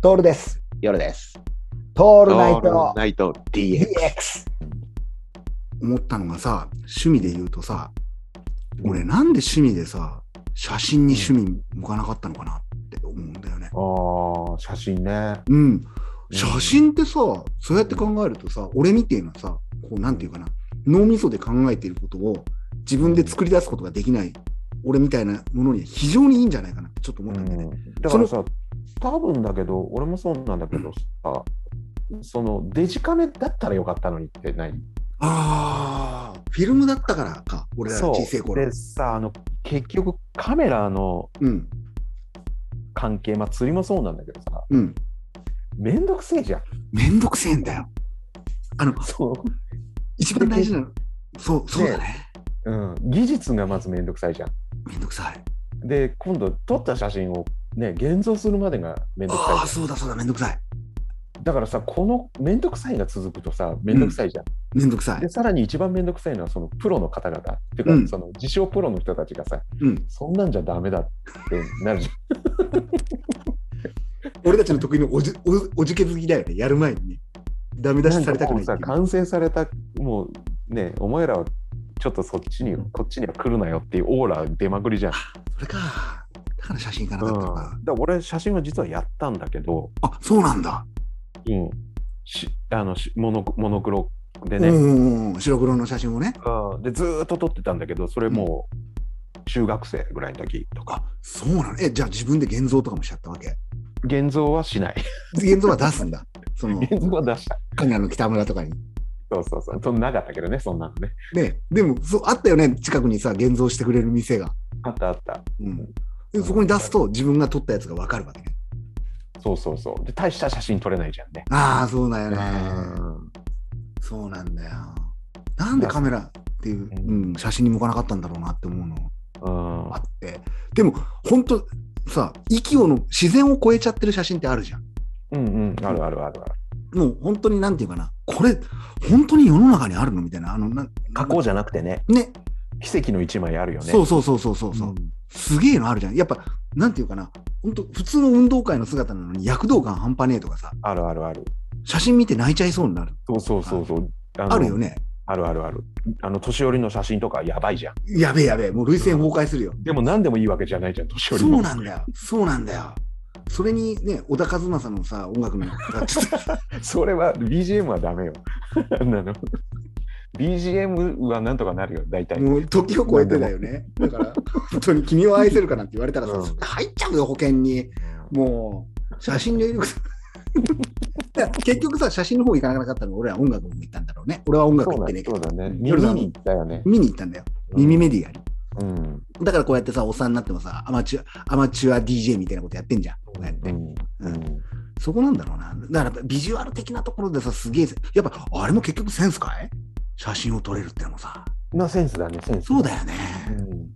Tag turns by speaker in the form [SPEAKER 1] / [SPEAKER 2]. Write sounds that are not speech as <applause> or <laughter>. [SPEAKER 1] トールです。
[SPEAKER 2] 夜です。
[SPEAKER 1] ト
[SPEAKER 2] オ
[SPEAKER 1] ールナイト
[SPEAKER 2] ナイト
[SPEAKER 1] DX。
[SPEAKER 2] DX。
[SPEAKER 3] 思ったのがさ、趣味で言うとさ、俺なんで趣味でさ、写真に趣味向かなかったのかなって思うんだよね。
[SPEAKER 2] ああ、写真ね。
[SPEAKER 3] うん。写真ってさ、そうやって考えるとさ、俺みてえなさ、こうなんていうかな、脳みそで考えていることを自分で作り出すことができない、俺みたいなものには非常にいいんじゃないかなってちょっと思っ
[SPEAKER 2] う
[SPEAKER 3] たんだよね。
[SPEAKER 2] ん、だからさ、多分だけど、俺もそうなんだけどさ、そのデジカメだったらよかったのにってない
[SPEAKER 3] ああ、フィルムだったからか、俺ら
[SPEAKER 2] そう
[SPEAKER 3] の小さい頃
[SPEAKER 2] で。さあの、結局カメラの
[SPEAKER 3] うん、
[SPEAKER 2] 関係、まあ、釣りもそうなんだけどさ、
[SPEAKER 3] うん。
[SPEAKER 2] めんどくせえ
[SPEAKER 3] <laughs>
[SPEAKER 2] じゃん。
[SPEAKER 3] めんどくせえんだよ。あの、
[SPEAKER 2] そう
[SPEAKER 3] 一番大事なの。そう、そうだね。
[SPEAKER 2] うん、技術がまずめんどくさいじゃん。
[SPEAKER 3] めんどくさい。
[SPEAKER 2] で、今度撮った写真を、ね、現像するまでがめんどくさいじゃ
[SPEAKER 3] あ
[SPEAKER 2] ん
[SPEAKER 3] あ、そうだそうだ、めんどくさい。
[SPEAKER 2] だからさ、このめんどくさいが続くとさ、めんどくさいじゃん。
[SPEAKER 3] めんどくさい
[SPEAKER 2] で、。さらに一番めんどくさいのは、そのプロの方々、っていうか、
[SPEAKER 3] うん
[SPEAKER 2] その自称プロの人たちがさ、
[SPEAKER 3] うん。
[SPEAKER 2] そんなんじゃダメだってなるじ
[SPEAKER 3] 俺たちの得意のおじおおじけ好きだよね、やる前にね。ダメ <laughs>
[SPEAKER 2] ゃ
[SPEAKER 3] 出
[SPEAKER 2] ん。
[SPEAKER 3] しされたくない
[SPEAKER 2] ん
[SPEAKER 3] ってい
[SPEAKER 2] か
[SPEAKER 3] う。
[SPEAKER 2] もうさ、完成された、もうね、お前らはちょっとそっちに、こっちには来るなよっていうオーラ出ま
[SPEAKER 3] <laughs>
[SPEAKER 2] くりじゃん。
[SPEAKER 3] それか。だから写真行かな
[SPEAKER 2] う
[SPEAKER 3] か
[SPEAKER 2] ん、
[SPEAKER 3] っ
[SPEAKER 2] だ
[SPEAKER 3] たの
[SPEAKER 2] か
[SPEAKER 3] か。
[SPEAKER 2] ら俺、写真は実はやったんだけど、
[SPEAKER 3] あ、そうなんだ。
[SPEAKER 2] うん、しあのしモノモノクロで
[SPEAKER 3] うん
[SPEAKER 2] ね、
[SPEAKER 3] うんうん。白黒の写真をね。
[SPEAKER 2] うんでずーっと撮ってたんだけど、それもう中学生ぐらいの時とか、
[SPEAKER 3] あ、そうなの。え、じゃあ自分で現像とかもしちゃったわけ。
[SPEAKER 2] 現像はしない。 <laughs>
[SPEAKER 3] 現像は出すんだ。その、
[SPEAKER 2] 現像は出した。
[SPEAKER 3] カメラの北村とかに。
[SPEAKER 2] そうそうそう。そんななかったけどね、そんなのね。
[SPEAKER 3] ね、でもそう、あったよね、近くにさ、現像してくれる店が。
[SPEAKER 2] あったあった。
[SPEAKER 3] うん。でそこに出すと自分が撮ったやつがわかるわけね。
[SPEAKER 2] そうそうそう。で、大した写真撮れないじゃんね。
[SPEAKER 3] ああ、そうだよね。そうなんだよ。なんでカメラっていう、うん、写真に向かなかったんだろうなって思うの
[SPEAKER 2] うん
[SPEAKER 3] あって。でも、本当さ、息をの自然を超えちゃってる写真ってあるじゃん。
[SPEAKER 2] うんうん。あるあるあるある。
[SPEAKER 3] もう本当になんていうかな、これ、本当に世の中にあるのみたいな。あの、な
[SPEAKER 2] 加工じゃなくてね、
[SPEAKER 3] ね
[SPEAKER 2] 奇跡の一枚あるよね。
[SPEAKER 3] そううそうそうそうそう。う
[SPEAKER 2] うん
[SPEAKER 3] すげえのあるじゃん。やっぱ、なんていうかな、本当普通の運動会の姿なのに躍動感半端ねえとかさ、
[SPEAKER 2] あるあるある。
[SPEAKER 3] 写真見て泣いちゃいそうになる。
[SPEAKER 2] そうそうそうそう。あの
[SPEAKER 3] あるよ。ね。
[SPEAKER 2] あるあるある。あの、年寄りの写真とかやばいじゃん。
[SPEAKER 3] やべえやべえ、もう涙腺崩壊するよ。
[SPEAKER 2] でも何でもいいわけじゃないじゃん、年寄り
[SPEAKER 3] そ
[SPEAKER 2] も。
[SPEAKER 3] うなんだよ。そうなんだよ。それにね、小田和正のさ、音楽の、ちょ
[SPEAKER 2] <laughs>
[SPEAKER 3] っと
[SPEAKER 2] それは BGM はダメよ。 <laughs> あの BGM はなんとかなるよ、大体。
[SPEAKER 3] もう時を超えてだよね。だから、本当に君を愛せるかなんて言われたらさ、
[SPEAKER 2] うん
[SPEAKER 3] それ入っちゃうよ、保険に。もう、写真の入り
[SPEAKER 2] <laughs>
[SPEAKER 3] 口だから結局さ、写真の方行かなかったの俺は音楽も行ったんだろうね。俺は音楽
[SPEAKER 2] そ
[SPEAKER 3] 行っ
[SPEAKER 2] う
[SPEAKER 3] てねえけ
[SPEAKER 2] だね。そう
[SPEAKER 3] ど、
[SPEAKER 2] だね。
[SPEAKER 3] 夜だ
[SPEAKER 2] 耳に行ったよね。
[SPEAKER 3] 見に行ったんだよ。耳メディアに。
[SPEAKER 2] うん。
[SPEAKER 3] だからこうやってさ、おっさんになってもさ、アマチュア、アマチュア DJ みたいなことやってんじゃん。こうやって。
[SPEAKER 2] うんうん
[SPEAKER 3] そこなんだろうな。だからビジュアル的なところでさ、すげえ、やっぱあれも結局センスかい写真を撮れるってのもさ。
[SPEAKER 2] まあセンスだね、センス。
[SPEAKER 3] そうだよね。
[SPEAKER 2] うん